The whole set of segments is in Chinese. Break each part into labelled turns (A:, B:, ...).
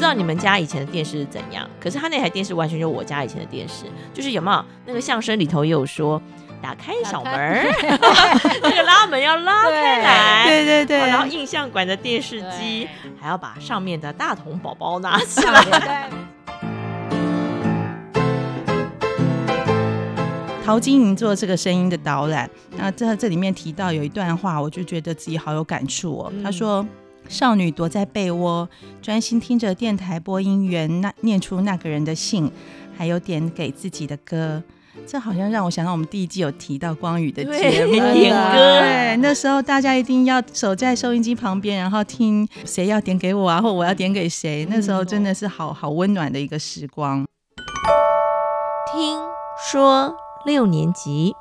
A: 道你们家以前的电视是怎样，可是他那台电视完全就是我家以前的电视，就是有没有那个相声里头也有说。打开小门儿， 那个拉门要拉开来，
B: 对对对，
A: 哦然后印象馆的电视机还要把上面的大童宝宝拿 起
B: 对
A: 来。
B: 陶晶莹做这个声音的导览，那这这里面提到有一段话，我就觉得自己好有感触哦。
A: 嗯
B: 他说：“少女躲在被窝，专心听着电台播音员那念出那个人的姓，还有点给自己的歌。”这好像让我想到我们第一季有提到光宇的节目
A: 对
B: 了
A: 点歌
B: 对，那时候大家一定要守在收音机旁边，然后听谁要点给我啊，或我要点给谁。那时候真的是好好温暖的一个时光。
A: 听说六年级，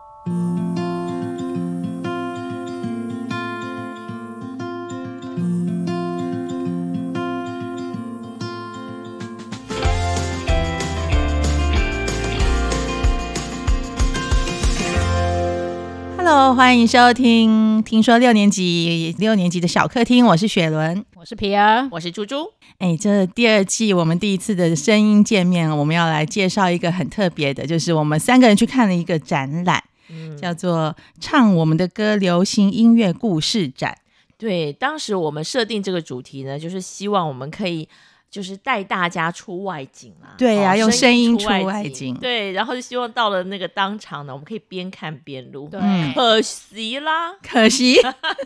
B: Hello，欢迎收听《听说六年级》六年级的小客厅，我是雪伦。
C: 我是皮儿，
A: 我是猪猪，
B: 哎，这第二季我们第一次的声音见面，我们要来介绍一个很特别的，就是我们三个人去看了一个展览，
A: 嗯，
B: 叫做“唱我们的歌：流行音乐故事展
A: 对，当时我们设定这个主题呢，就是希望我们可以。就是带大家出外景啦、
B: 对呀
A: 哦
B: 用声音
A: 出
B: 出外景
A: 对，然后就希望到了那个当场呢，我们可以边看边录。
C: 对，
B: 嗯
A: 可惜啦，”。
B: 可惜，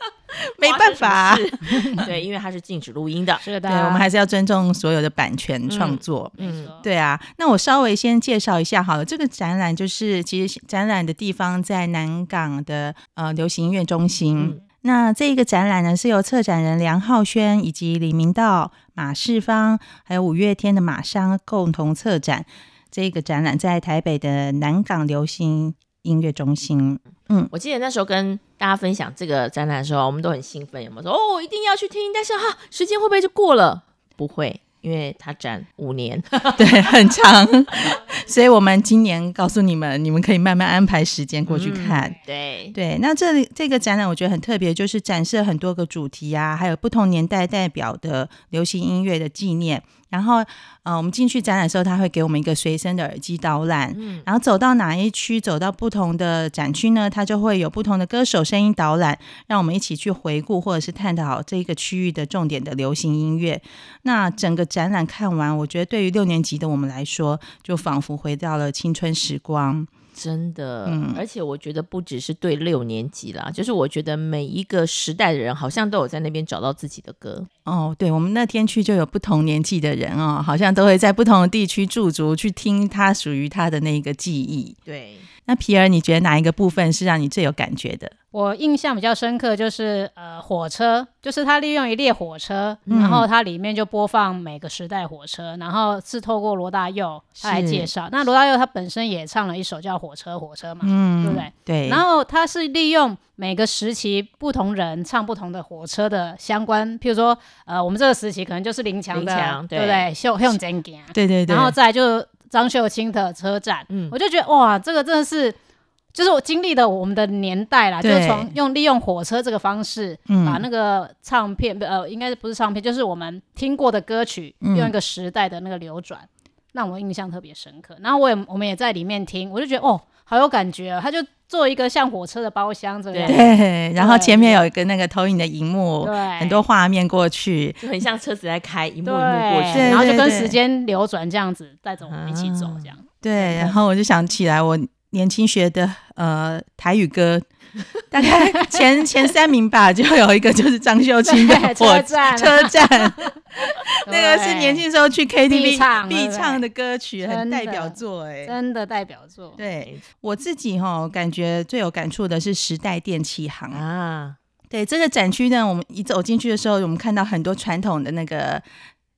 B: 没办
A: 发。
B: 法
A: 生什 么事，对，因为它是禁止录音的。
C: 是的，
B: 对，我们还是要尊重所有的版权创作。
C: 没
A: 嗯
C: 错，
B: 对啊，那我稍微先介绍一下好了。这个展览就是，其实展览的地方在南港的呃流行音乐中心。
A: 嗯
B: 那这一个展览呢，是由策展人梁浩轩以及李明道、马世芳，还有五月天的马商共同策展。这个展览在台北的南港流行音乐中心。
A: 我记得那时候跟大家分享这个展览的时候，我们都很兴奋，有没有说哦，一定要去听？但是哈、时间会不会就过了？不会，因为它展五年。
B: 对，很 长， 所以我们今年告诉你们，你们可以慢慢安排时间过去看。
A: 对，
B: 对，那这里这个展览我觉得很特别，就是展示了很多个主题啊，还有不同年代代表的流行音乐的纪念。然后，呃，我们进去展览的时候，他会给我们一个随身的耳机导览。
A: 嗯
B: 然后走到哪一区，走到不同的展区呢，它就会有不同的歌手声音导览，让我们一起去回顾或者是探讨这一个区域的重点的流行音乐。那整个展览看完，我觉得对于六年级的我们来说，就仿佛回到了青春时光。
A: 真的，
B: 嗯
A: 而且我觉得不只是对六年级啦，就是我觉得每一个时代的人好像都有在那边找到自己的歌。
B: 哦，对，我们那天去就有不同年纪的人哦，好像都会在不同的地区驻足，去听他属于他的那一个记忆。
A: 对，
B: 那皮尔，你觉得哪一个部分是让你最有感觉的？
C: 我印象比较深刻就是呃火车，就是他利用一列火车，
B: 嗯
C: 然后它里面就播放每个时代火车，然后是透过罗大佑他来
B: 是
C: 介绍。那罗大佑他本身也唱了一首叫《火车火车》嘛，啊
B: 嗯，
C: 对不对？
B: 对，
C: 然后他是利用每个时期不同人唱不同的火车的相关，譬如说，呃，我们这个时期可能就是林强的，
A: 林强
C: 对不
A: 对
C: 对？秀啊秀真行，
B: 对对对，
C: 然后再来就是张秀清的车站，
A: 嗯
C: 我就觉得哇，这个真的是，就是我经历了我们的年代啦，就是
B: 对
C: 从用利用火车这个方式，
B: 嗯
C: 把那个唱片，呃，应该不是唱片，就是我们听过的歌曲，
B: 嗯
C: 用一个时代的那个流转，让我印象特别深刻。然后我也我们也在里面听，我就觉得哦，好有感觉、哦，他就做一个像火车的包厢这样，
B: 对，然后
C: 对
B: 前面有一个那个投影的荧幕，
C: 对，
B: 很多画面过去，
A: 就很像车子在开，一幕
C: 对，
A: 一幕过去。
B: 对
C: 然后就跟
B: 对
C: 时间流转这样子带着我们一起走
A: 啊
C: 这样。
B: 对，然后我就想起来我年轻学的呃台语歌，大概前前三名吧，就有一个就是张秀清的
C: 对
B: 火
C: 车站啊
B: 车 站。那个
C: 对
B: 是年轻时候去 KTV
C: 必唱对
B: 必
C: 不对
B: 唱的歌曲，很
C: 真
B: 代
C: 的
B: 表作哎、
C: 真的代表作。
B: 对我自己哈、感觉最有感触的是时代电器行啊。
A: 啊，
B: 对这个展区呢，我们一走进去的时候，我们看到很多传统的那个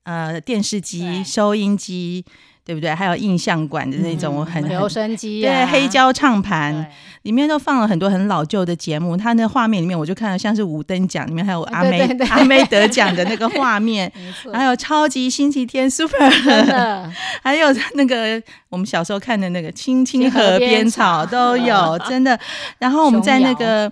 B: 呃电视机、
C: 对
B: 收音机，对不对？还有印象馆的那种，
A: 嗯
B: 我很
C: 留
B: 很
C: 声机、
B: 对
C: 啊，
B: 黑胶唱盘，
C: 对，
B: 里面都放了很多很老旧的节目。它那画面里面，我就看到像是五等奖，里面还有阿
C: 啊对
B: 妹、
C: 对对，
B: 阿妹得奖的那个画面
C: 没错，
B: 还有超级星期天 Super，
C: 真的
B: 还有 那个我们小时候看的那个《青青河边草》嗯
C: 青
B: 都
C: 河边草
B: 有， 真的。然后我们在那个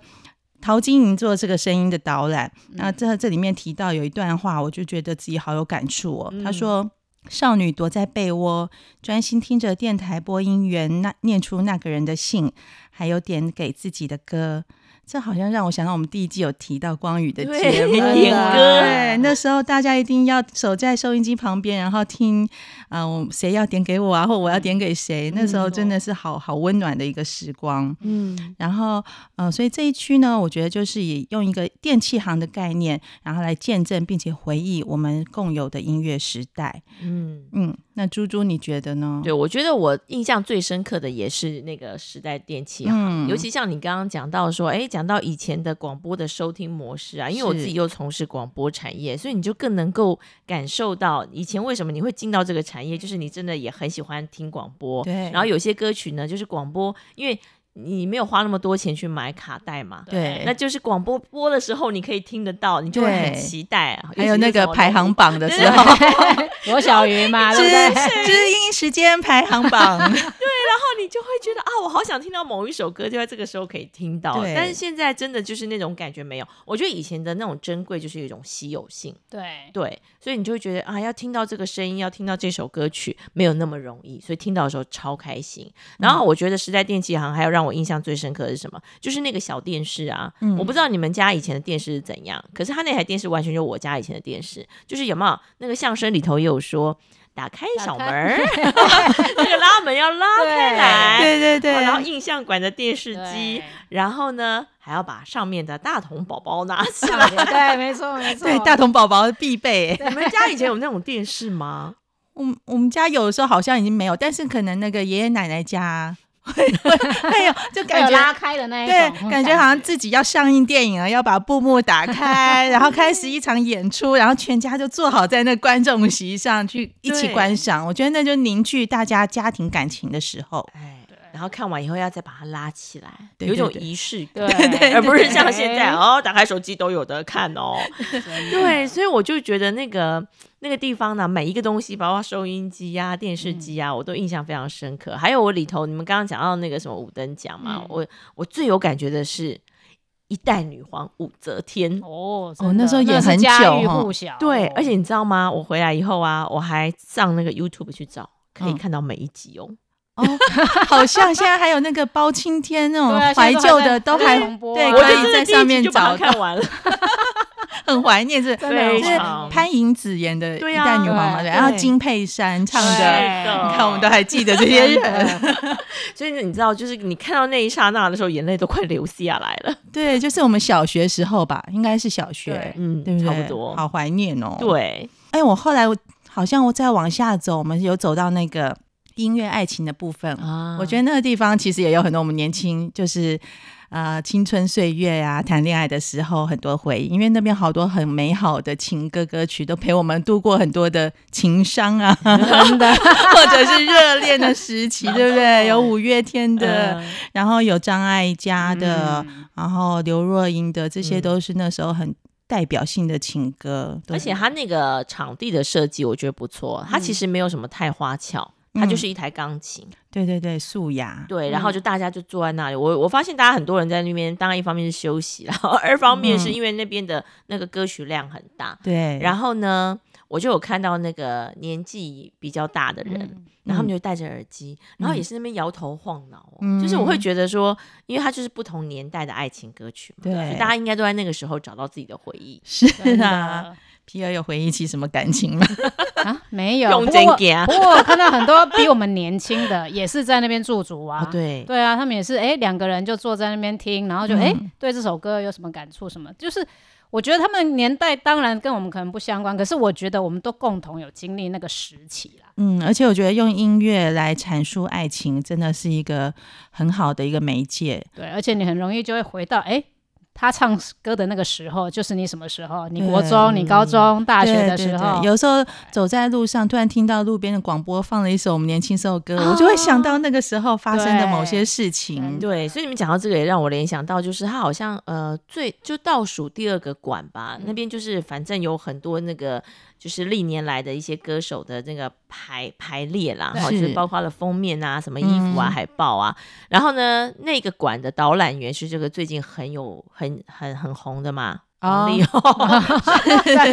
B: 陶晶莹做这个声音的嗯导览，那这这里面提到有一段话，我就觉得自己好有感触哦。
A: 嗯
B: 他说。少女躲在被窝，专心听着电台播音员那念出那个人的姓，还有点给自己的歌。这好像让我想到我们第一季有提到光宇的节 目，
A: 对点歌
B: 对，那时候大家一定要守在收音机旁边，然后听啊，我、谁要点给我啊，或我要点给谁。那
A: 嗯
B: 时候真的是好好温暖的一个时光。
C: 嗯，
B: 然后，呃，所以这一区呢，我觉得就是以用一个电器行的概念，然后来见证并且回忆我们共有的音乐时代。
A: 嗯。
B: 嗯，那猪猪你觉得呢？
A: 对，我觉得我印象最深刻的也是那个时代电器行，
B: 嗯
A: 尤其像你刚刚讲到说，哎，讲到以前的广播的收听模式啊，因为我
B: 是
A: 自己又从事广播产业，所以你就更能够感受到以前为什么你会进到这个产业，就是你真的也很喜欢听广播，
B: 对
A: 然后有些歌曲呢，就是广播，因为你没有花那么多钱去买卡带嘛。
B: 对
A: 那就是广播播的时候，你可以听得到，你就会很
B: 对
A: 期待、啊。
B: 还有那个排行
A: 榜
B: 榜的 时候，
C: 对，罗小鱼 嘛，对
B: 知
C: 不对？
B: 知音时间排行 榜，
A: 你就会觉得啊，我好想听到某一首歌，就在这个时候可以听到。
B: 对
A: 但是现在真的就是那种感觉没有。我觉得以前的那种珍贵就是有一种稀有性，
C: 对，
A: 对，所以你就会觉得啊，要听到这个声音，要听到这首歌曲没有那么容易，所以听到的时候超开心。然
C: 嗯
A: 后我觉得时代电器行还有让我印象最深刻的是什么？就是那个小电视啊，
C: 嗯
A: 我不知道你们家以前的电视是怎样，可是他那台电视完全就是我家以前的电视，就是有没有那个相声里头也有说。打开
C: 打
A: 小门
C: 开
A: 儿，那个拉门要拉开
C: 对
A: 来，
B: 对对对，
A: 哦然后印象馆的电视机
C: 对，
A: 然后呢还要把上面的大童宝宝拿 起来。
C: 大姐对，没错没错，
B: 对大童宝宝必备、欸。
A: 你们家以前有那种电视吗？
B: 我们我们家有的时候好像已经没有，但是可能那个爷爷奶奶家会会会有，就
C: 会
B: 感
C: 有
B: 觉
C: 拉开的那一
B: 对
C: 种，嗯
B: 感觉好像自己要上映电影了，要把布幕打开，然后开始一场演出，然后全家就坐好在那观众席上去一起
A: 对
B: 观赏。我觉得那就凝聚大家家庭感情的时候。
A: 哎
C: 对，
A: 然后看完以后要再把它拉起来，
B: 对
A: 有一种
B: 对对
A: 仪式感。
C: 对
A: 而不是像现在
C: 对
A: 哦，打开手机都有的看哦。 对，所以我就觉得那个那个地方呢，每一个东西，包括收音机呀、电视机呀，我都印象非常深刻。还有我里头，你们刚刚讲到那个什么五等奖嘛，
C: 嗯
A: 我我最有感觉的是一代女皇武则天。
C: 哦
B: 哦那时候也
C: 也
B: 很
C: 家
B: 久
C: 喻
B: 哈
C: 户晓，
A: 对，而且你知道吗？我回来以后啊，我还上那个 YouTube 去找，可以看到每一集哦。
B: 哦， 好像现在还有那个包青天那
C: 对啊
B: 种怀旧的，
C: 现在都
B: 都
C: 还在还
B: 还
C: 在重播啊
B: 对，
C: 我
B: 可
A: 就
C: 真
A: 是
B: 以在
A: 第一
B: 上
A: 集
B: 面
A: 就把它
B: 找，
A: 看完了。
B: 很怀念是。
C: 真
A: 对
C: 的
B: 就
A: 非
B: 是
A: 常
B: 潘迎紫演的《
A: 对
B: 一
A: 啊
B: 代女皇》嘛，
A: 对
B: 然后
A: 对
B: 金佩珊唱
A: 是
B: 的，
A: 的
B: 你看我们都还记得这些人。
A: 所以你知道，就是你看到那一刹那的时候，眼泪都快流下来 了。
B: 对，就是我们小学时候吧，应该是小学
C: 对，
A: 嗯，
B: 对不对？
A: 差不多。
B: 好怀念哦。，
A: 对，
B: 哎，我后来我好像我再往下走，我们有走到那个音乐爱情的部分。
A: 啊
B: 我觉得那个地方其实也有很多我们年轻，就是呃青春岁月啊，谈恋爱的时候很多回忆，因为那边好多很美好的情歌歌曲，都陪我们度过很多的情 伤啊，
C: 真的
B: 或者是热恋的时期，对不对？有五月天的，
A: 嗯
B: 然后有张艾嘉的，
C: 嗯
B: 然后刘若英的，这些
A: 嗯
B: 都是那时候很代表性的情歌，对
A: 而且它那个场地的设计，我觉得不错。它其实没有什么太花俏。它
B: 嗯
A: 就是一台钢琴，
B: 对对对，素雅，
A: 对，然后就大家就坐在那里。我我发现大家很多人在那边，当然一方面是休息，然后 二方面是因为那边的那个歌曲量很大。
B: 嗯对，
A: 然后呢，我就有看到那个年纪比较大的人，
C: 嗯
A: 然后他们就戴着耳机，然后也
B: 嗯
A: 是那边摇头晃脑、哦，
B: 嗯
A: 就是我会觉得说，因为它就是不同年代的爱情歌曲嘛，
B: 对
A: 所以大家应该都在那个时候找到自己的回忆。
B: 是
C: 真
B: 啊，
C: 的
B: 皮尔有回忆起什么感情吗？
C: 啊，没有。
A: 用
C: 不过我
A: 真假
C: 不过我看到很多比我们年轻的也是在那边驻足
B: 哦
C: 啊。
A: 啊，对，
C: 对啊，他们也是哎，两个人就坐在那边听，然后就哎、
B: 嗯
C: 对这首歌有什么感触什么？就是我觉得他们年代当然跟我们可能不相关，可是我觉得我们都共同有经历那个时期啦。
B: 嗯，而且我觉得用音乐来阐述爱情，真的是一个很好的一个媒介。
C: 对，而且你很容易就会回到哎。他唱歌的那个时候，就是你什么时候？你国中、你高中、大学的时
B: 对对
C: 候，
B: 对，有时候走在路上，突然听到路边的广播放了一首我们年轻时候的歌，我就会想到那个时候发生的某些事情。
A: 对，所以你们讲到这个，也让我联想到，就是它好像呃最就倒数第二个馆吧，那边就是反正有很多那个就是历年来的一些歌手的那个排排列啦，
C: 对
A: 哈，就是
B: 是
A: 包括了封面啊、什么衣服啊、
B: 嗯
A: 海报啊。然后呢，那个馆的导览员是这个最近很有很很很红的嘛，王力宏，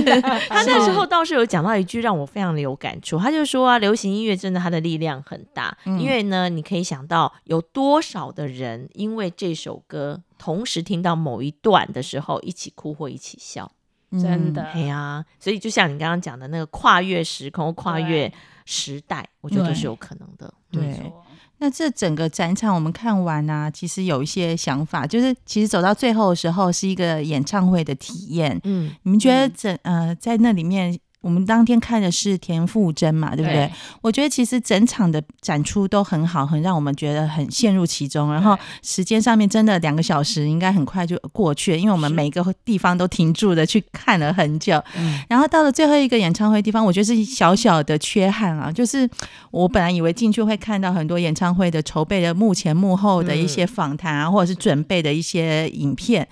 A: 他那时候倒是有讲到一句让我非常有感触，他就说啊，流行音乐真的它的力量很大，
B: 嗯
A: 因为呢，你可以想到有多少的人因为这首歌同时听到某一段的时候一起哭或一起笑，
B: 嗯
C: 真的，
A: 哎呀、所以就像你刚刚讲的那个跨越时空、跨越时代，我觉得都
B: 对
A: 是有可能的。
B: 对
A: 嗯
C: 没错
B: 那这整个展场我们看完啊，其实有一些想法，就是其实走到最后的时候是一个演唱会的体验。
A: 嗯，
B: 你们觉得整、呃在那里面，我们当天看的是田馥甄嘛，对不对？
C: 对
B: 我觉得其实整场的展出都很好，很让我们觉得很陷入其中。然后时间上面真的两个小时应该很快就过去了，因为我们
A: 是
B: 每个地方都停住的去看了很久。
A: 嗯
B: 然后到了最后一个演唱会地方，我觉得是小小的缺憾啊，就是我本来以为进去会看到很多演唱会的筹备的幕前幕后
A: 嗯
B: 的一些访谈啊，或者是准备的一些影片，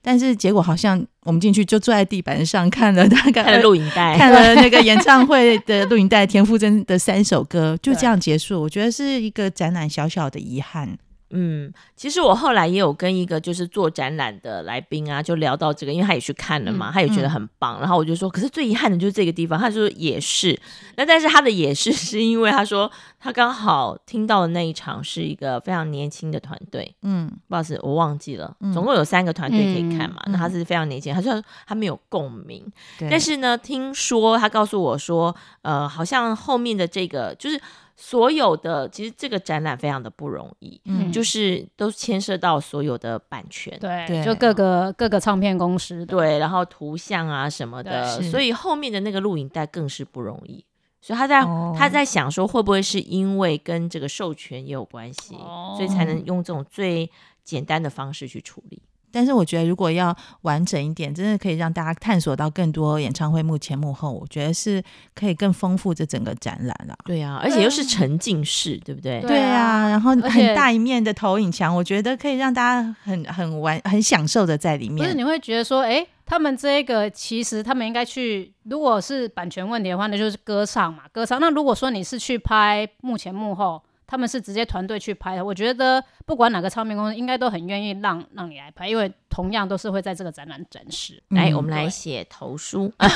B: 但是结果好像我们进去就坐在地板上看了大概
A: 看了录影带，
B: 看了那个演唱会的录影带，田馥甄的三首歌就这样结束，我觉得是一个展览小小的遗憾。
A: 嗯，其实我后来也有跟一个就是做展览的来宾啊，就聊到这个，因为他也去看了嘛，
C: 嗯
A: 他也觉得很棒。然后我就说，可是最遗憾的就是这个地方，他说也是。那但是他的也是 是因为他说他刚好听到的那一场是一个非常年轻的团队，
B: 嗯
A: 不好意思，我忘记了，
B: 嗯
A: 总共有三个团队可以看嘛。
B: 嗯
A: 那他是非常年轻，他说他没有共鸣，
B: 对
A: 但是呢，听说他告诉我说，呃，好像后面的这个就是所有的，其实这个展览非常的不容易，
B: 嗯
A: 就。是都牵涉到所有的版权，
C: 对，
B: 对嗯
C: 就各个各个唱片公司的，
A: 对然后图像啊什么的，
B: 对是
A: 所以后面的那个录影带更是不容易。所以他在、
B: 哦
A: 他在想说，会不会是因为跟这个授权也有关系，
C: 哦
A: 所以才能用这种最简单的方式去处理。
B: 但是我觉得，如果要完整一点，真的可以让大家探索到更多演唱会幕前幕后，我觉得是可以更丰富这整个展览啦。
A: 对啊，而且又是沉浸式，对不对？
C: 对
B: 对
C: 啊
B: 啊，然后
C: 而且
B: 很大一面的投影墙，我觉得可以让大家很很玩、很享受的在里
C: 不是
B: 面。
C: 你会觉得说，哎、他们这个其实他们应该去，如果是版权问题的话，那就是歌唱嘛，歌唱。那如果说你是去拍幕前幕后，他们是直接团队去拍的，我觉得不管哪个唱片公司，应该都很愿意让让你来拍，因为同样都是会在这个展览展 示。
A: 来，
B: 嗯
A: 我们来
C: 对
A: 写投书、啊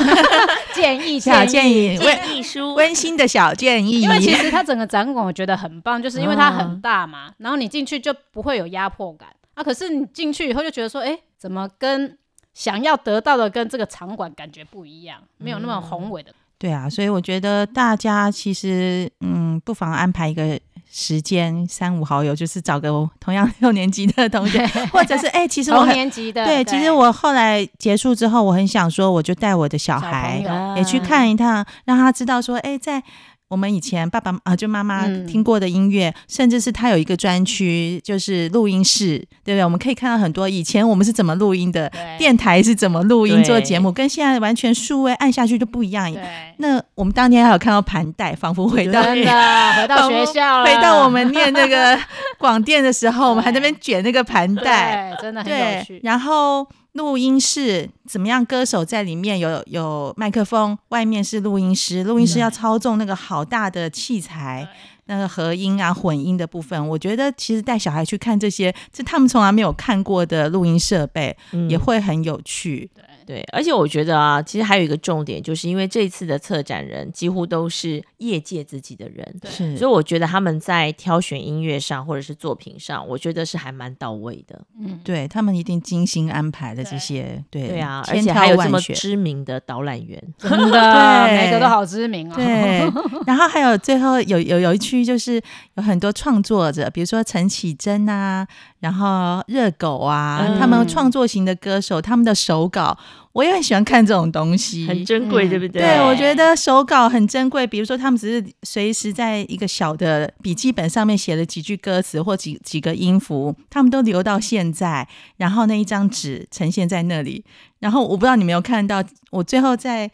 C: 建议
B: 小
C: 建议，
B: 建议，温
A: 建议书。
B: 温馨的小建议
C: 因。为其实它整个展馆我觉得很棒，就是因为它
A: 啊
C: 很大嘛，然后你进去就不会有压迫感啊。可是你进去以后就觉得说，哎、怎么跟想要得到的跟这个场馆感觉不一样，没有那么宏伟的。
B: 对啊，所以我觉得大家其实，嗯，不妨安排一个时间，三五好友，就是找个同样六年级的同学，或者是哎、其实我
C: 同
B: 很
C: 年级的，
B: 对，其实我后来结束之后，我很想说，我就带我的小
C: 小
B: 孩
C: 朋友
B: 也去看一趟，让他知道说，哎，在我们以前爸爸啊，就妈妈
C: 嗯
B: 听过的音乐，甚至是他有一个专区，就是录音室，对不对？我们可以看到很多以前我们是怎么录音的，
C: 对
B: 电台是怎么录音
A: 对
B: 做节目，跟现在完全数位按下去就不一样。
C: 对，
B: 那我们当天还有看到盘带，仿佛回到
C: 真的回到学校了，
B: 回到我们念那 个广电的时候，我们还在那边卷那个盘带。
C: 对，真的很有
B: 对
C: 趣，。
B: 然后录音室怎么样？歌手在里面有有麦克风，外面是录音师，录音师要操纵那个好大的器材，那个合音啊、混音的部分。我觉得其实带小孩去看这些，这他们从来没有看过的录音设备，
A: 嗯
B: 也会很有趣。
A: 对，而且我觉得啊，其实还有一个重点，就是因为这次的策展人几乎都是业界自己的人，
C: 对
B: 是
A: 所以我觉得他们在挑选音乐上或者是作品上，我觉得是还蛮到位的。
C: 嗯，
B: 对他们一定精心安排的
C: 对
B: 这些，对
A: 对啊，而
B: 千
A: 且
B: 挑
A: 还有这么
B: 万选。
A: 知名的导览员，
C: 真的，
B: 对
C: 每个都好知名 哦。
B: 对，然后还有最后有有有一区就是有很多创作者，比如说陈绮贞啊，然后热狗啊，
A: 嗯
B: 他们创作型的歌手，他们的手稿，我也很喜欢看这种东西，
A: 很珍贵，
C: 嗯
A: 对不对？
B: 对，我觉得手稿很珍贵。比如说，他们只是随时在一个小的笔记本上面写了几句歌词或几几个音符，他们都留到现在。然后那一张纸呈现在那里。然后我不知道你没有看到，我最后在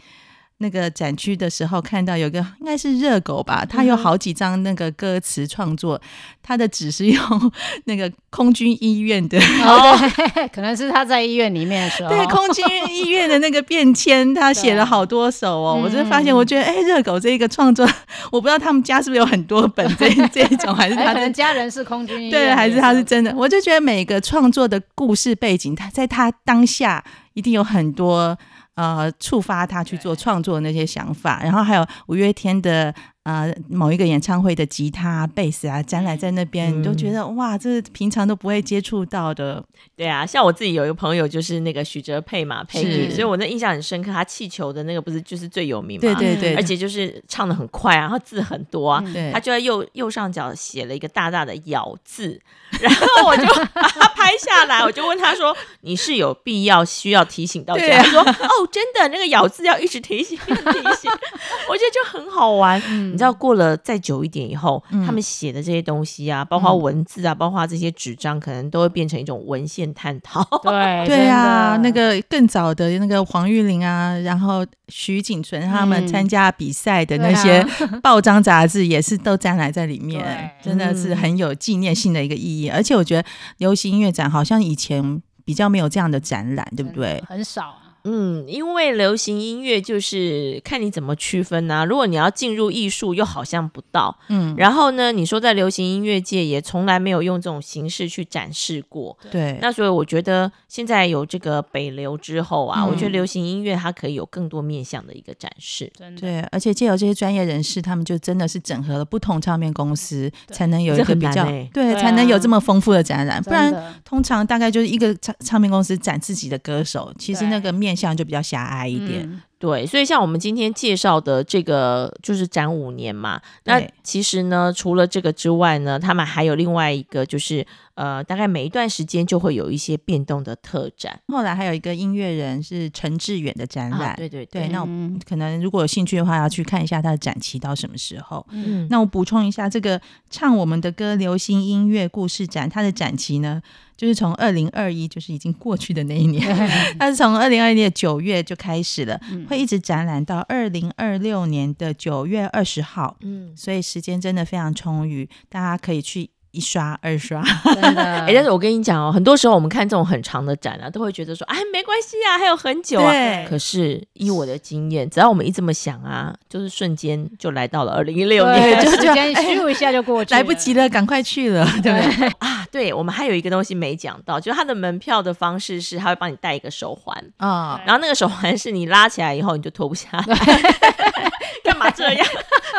B: 那个展区的时候看到有个应该是热狗吧，他有好几张那个歌词创作，他的纸是用那个空军医院的
C: 哦，对， 可能是他在医院里面的时候，
B: 对，空军医院的那个便签，他写了好多首哦。我真的发现，我觉得，哎，热狗这一个创作，我不知道他们家是不是有很多本这这一种，还是
C: 哎
B: 他
C: 可
B: 真
C: 能家人是空军医院的也，
B: 对，还是他是真的。我就觉得每个创作的故事背景，他在他当下一定有很多呃触发他去做创作的那些想法。然后还有五月天的呃某一个演唱会的吉他、贝斯啊，展览在那边，你都觉得哇，这平常都不会接触到的。
A: 对啊，像我自己有一个朋友就是那个许哲佩嘛，佩
B: 是
A: 所以我那印象很深刻。他气球的那个不是就是最有名嘛，
B: 对对啊对，
A: 而且就是唱的很快啊，然后字很多啊，
C: 嗯
B: 对
A: 他就在右右上角写了一个大大的“咬”字， 然后我就把它拍下来，我就问他说：“你是有必要需要提醒到这
B: 对
A: 样？”
B: 啊
A: 他说：“哦，真的，那个咬字要一直提醒，一直提醒。” 我觉得就很好玩。
B: 嗯
A: 你知道，过了再久一点以后，他们写的这些东西
B: 嗯
A: 啊，包括文字啊，包括这些纸张，可能都会变成一种文献探 讨。
C: 对
B: 对啊，
C: 真的
B: 那个更早的那个黄玉玲啊，然后徐景纯他们
A: 嗯
B: 参加比赛的那
C: 对
B: 些报章杂志，也是都沾来在里面，
C: 对
B: 真的是很有纪念性的一个意义。而且我觉得流行音乐展好像以前比较没有这样的展览，对不对？
C: 很少啊，
A: 嗯，因为流行音乐就是看你怎么区分呐、如果你要进入艺术，又好像不到。
B: 嗯，
A: 然后呢，你说在流行音乐界也从来没有用这种形式去展示过。
B: 对，
A: 那所以我觉得现在有这个北流之后啊，
B: 嗯
A: 我觉得流行音乐它可以有更多面向的一个展示。
C: 真的。
B: 对，而且借由这些专业人士，他们就真的是整合了不同唱片公司，
C: 对
B: 才能有一
A: 这
B: 个
A: 很
B: 比
A: 难
B: 较
A: 欸
B: 对，
C: 对
B: 才能有
C: 啊
B: 这么丰富的展览，不然
C: 真的
B: 通常大概就是一个唱唱片公司展自己的歌手，其实
C: 对
B: 那个面向就比较狭隘一点。
C: 嗯
A: 对，所以像我们今天介绍的这个就是展五年嘛，那
B: 对
A: 其实呢，除了这个之外呢，他们还有另外一个就是呃，大概每一段时间就会有一些变动的特展。
B: 后来还有一个音乐人是陈志远的展览，
A: 啊，对对
B: 对那我
C: 嗯
B: 可能如果有兴趣的话，要去看一下他的展期到什么时候。
C: 嗯，
B: 那我补充一下，这个唱我们的歌流行音乐故事展，它的展期呢，就是从二零二一，就是已经过去的那一年， 它是从二零二一年九月就开始了，
C: 嗯
B: 会一直展览到二零二六年的九月二十号。
A: 嗯，
B: 所以时间真的非常充裕，大家可以去一刷、二刷。
C: 真 的，
A: 哎、但是我跟你讲哦，很多时候我们看这种很长的展啊，都会觉得说，哎，没关系啊，还有很久啊。
B: 对
A: 可是依我的经验，只要我们一这么想啊，就是瞬间就来到了二零一六年。
C: 对
B: 就
C: 时
B: 就哎
C: 间咻一下就过去，
B: 来不及
C: 了。
B: 了，赶快去了，对不对？
A: 啊，对，我们还有一个东西没讲到，就是它的门票的方式是，它会帮你戴一个手环，
B: 啊、
A: 然后那个手环是你拉起来以后你就脱不下来。 干嘛这样？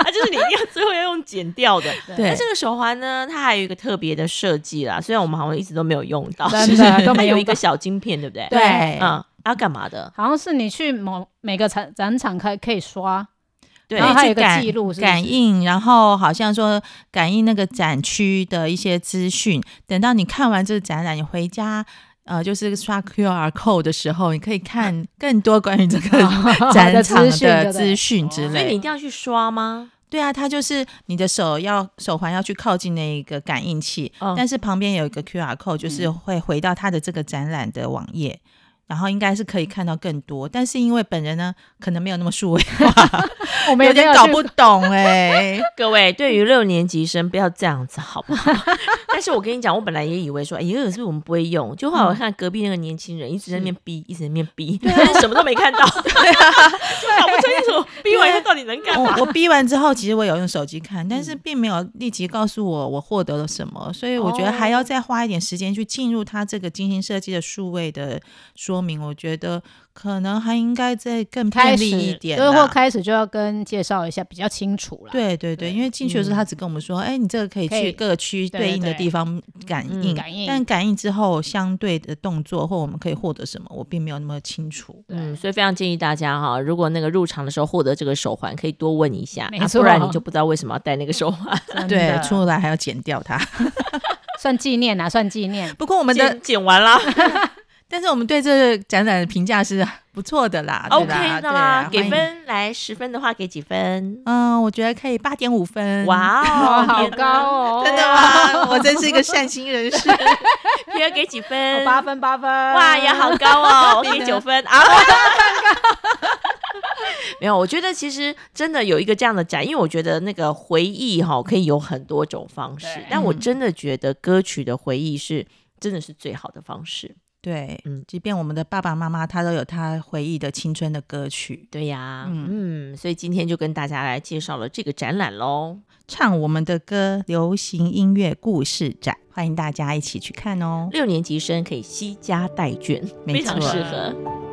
A: 它就是你一定要最后要用剪掉的。
B: 对
A: 那这个手环呢，它还有一个特别的设计啦，虽然我们好像一直都没有用到，
C: 真的都
A: 它
C: 没
A: 有
C: 用
A: 一个小晶片，对不对？
C: 对
A: 嗯，要干嘛的？
C: 好像是你去某每个展展场可以可以刷，
A: 对
C: 然后还有一
B: 去
C: 个
B: 感
C: 记录是不是
B: 感应，然后好像说感应那个展区的一些资讯。等到你看完这个展览，你回家。呃，就是刷 QR code 的时候，你可以看更多关于这个展
C: 哦的
B: 场
C: 资讯
B: 的
C: 对不对哦
B: 资讯
A: 所以
B: 之
A: 你一
B: 类。
A: 定要去刷吗？
B: 对啊，它就是你的手要手环要去靠近那一个感应器，
C: 哦
A: 嗯
B: 但是旁边有一个 QR code，就是
C: 嗯
B: 会回到它的这个展览的网页，然后应该是可以看到更多。但是因为本人呢，可能没有那么数位 化，
C: 我们
B: 有
C: 有
B: 点
C: 天
B: 搞
C: 去
B: 不懂哎、
A: 各位，对于六年级生不要这样子，好不好？ 但是我跟你讲，我本来也以为说，哎，这个是不是我们不会用，就后来我看隔壁那个年轻人一直在那边逼，一直在那边逼，但是什么都没 看到，就搞不清楚逼完他到底能干嘛。
B: 我我逼完之后，其实我有用手机看，但是
C: 嗯
B: 并没有立即告诉我我获得了什么，所以我觉得还
C: 哦
B: 要再花一点时间去进入它这个精心设计的数位的说明。我觉得可能还应该再更
C: 开
B: 便
C: 始
B: 利一点
C: 就是
B: 啦，
C: 或开始就要跟介绍一下，比较清楚了。
B: 啊对对对，
C: 对
B: 因为进去的时候他只跟我们说，哎、你这个可以
C: 可以
B: 去各区
C: 对
B: 对应的
C: 对对
B: 地方感
A: 嗯
B: 应，
C: 感应
B: 但感应之后相对的动作或我们可以获得什么，我并没有那么清楚。
A: 嗯，所以非常建议大家哈，如果那个入场的时候获得这个手环，可以多问一下，
C: 没
A: 啊
C: 错
A: 不然你就不知道为什么要戴那个手 环。
C: 真的
B: 对，出来还要剪掉它。
C: 算纪念啊，算纪念。
B: 不过我们的
A: 剪剪完啦
B: 但是我们对这个展览的评价是 不错的啦
A: o
B: 对啦
A: k 的
B: 对啊
A: 啦，给。
B: 欢迎
A: 分来十分的话给几分？
B: 嗯，我觉得可以八点五分。，
A: 哇
C: 哇，
A: 哦，
C: 好
A: 天哪
C: 高哦！
B: 真的吗？我真是一个善心人士。
A: 皮尔给几分？
C: 哦？八。分，八分。
A: 哇，也好高 哦，我给九分啊。没有，我觉得其实真的有一个这样的展，因为我觉得那个回忆哈、可以有很多种方式
C: 对，
A: 但我
B: 嗯
A: 真的觉得歌曲的回忆是真的是最好的方式。
B: 对，
A: 嗯
B: 即便我们的爸爸妈妈，他都有他回忆的青春的歌曲，
A: 对呀、嗯
B: 嗯
A: 所以今天就跟大家来介绍了这个展览喽。
B: 唱我们的歌，流行音乐故事展，欢迎大家一起去看哦。
A: 六年级生可以惜家带卷，
B: 没
A: 非常
B: 错
A: 适合。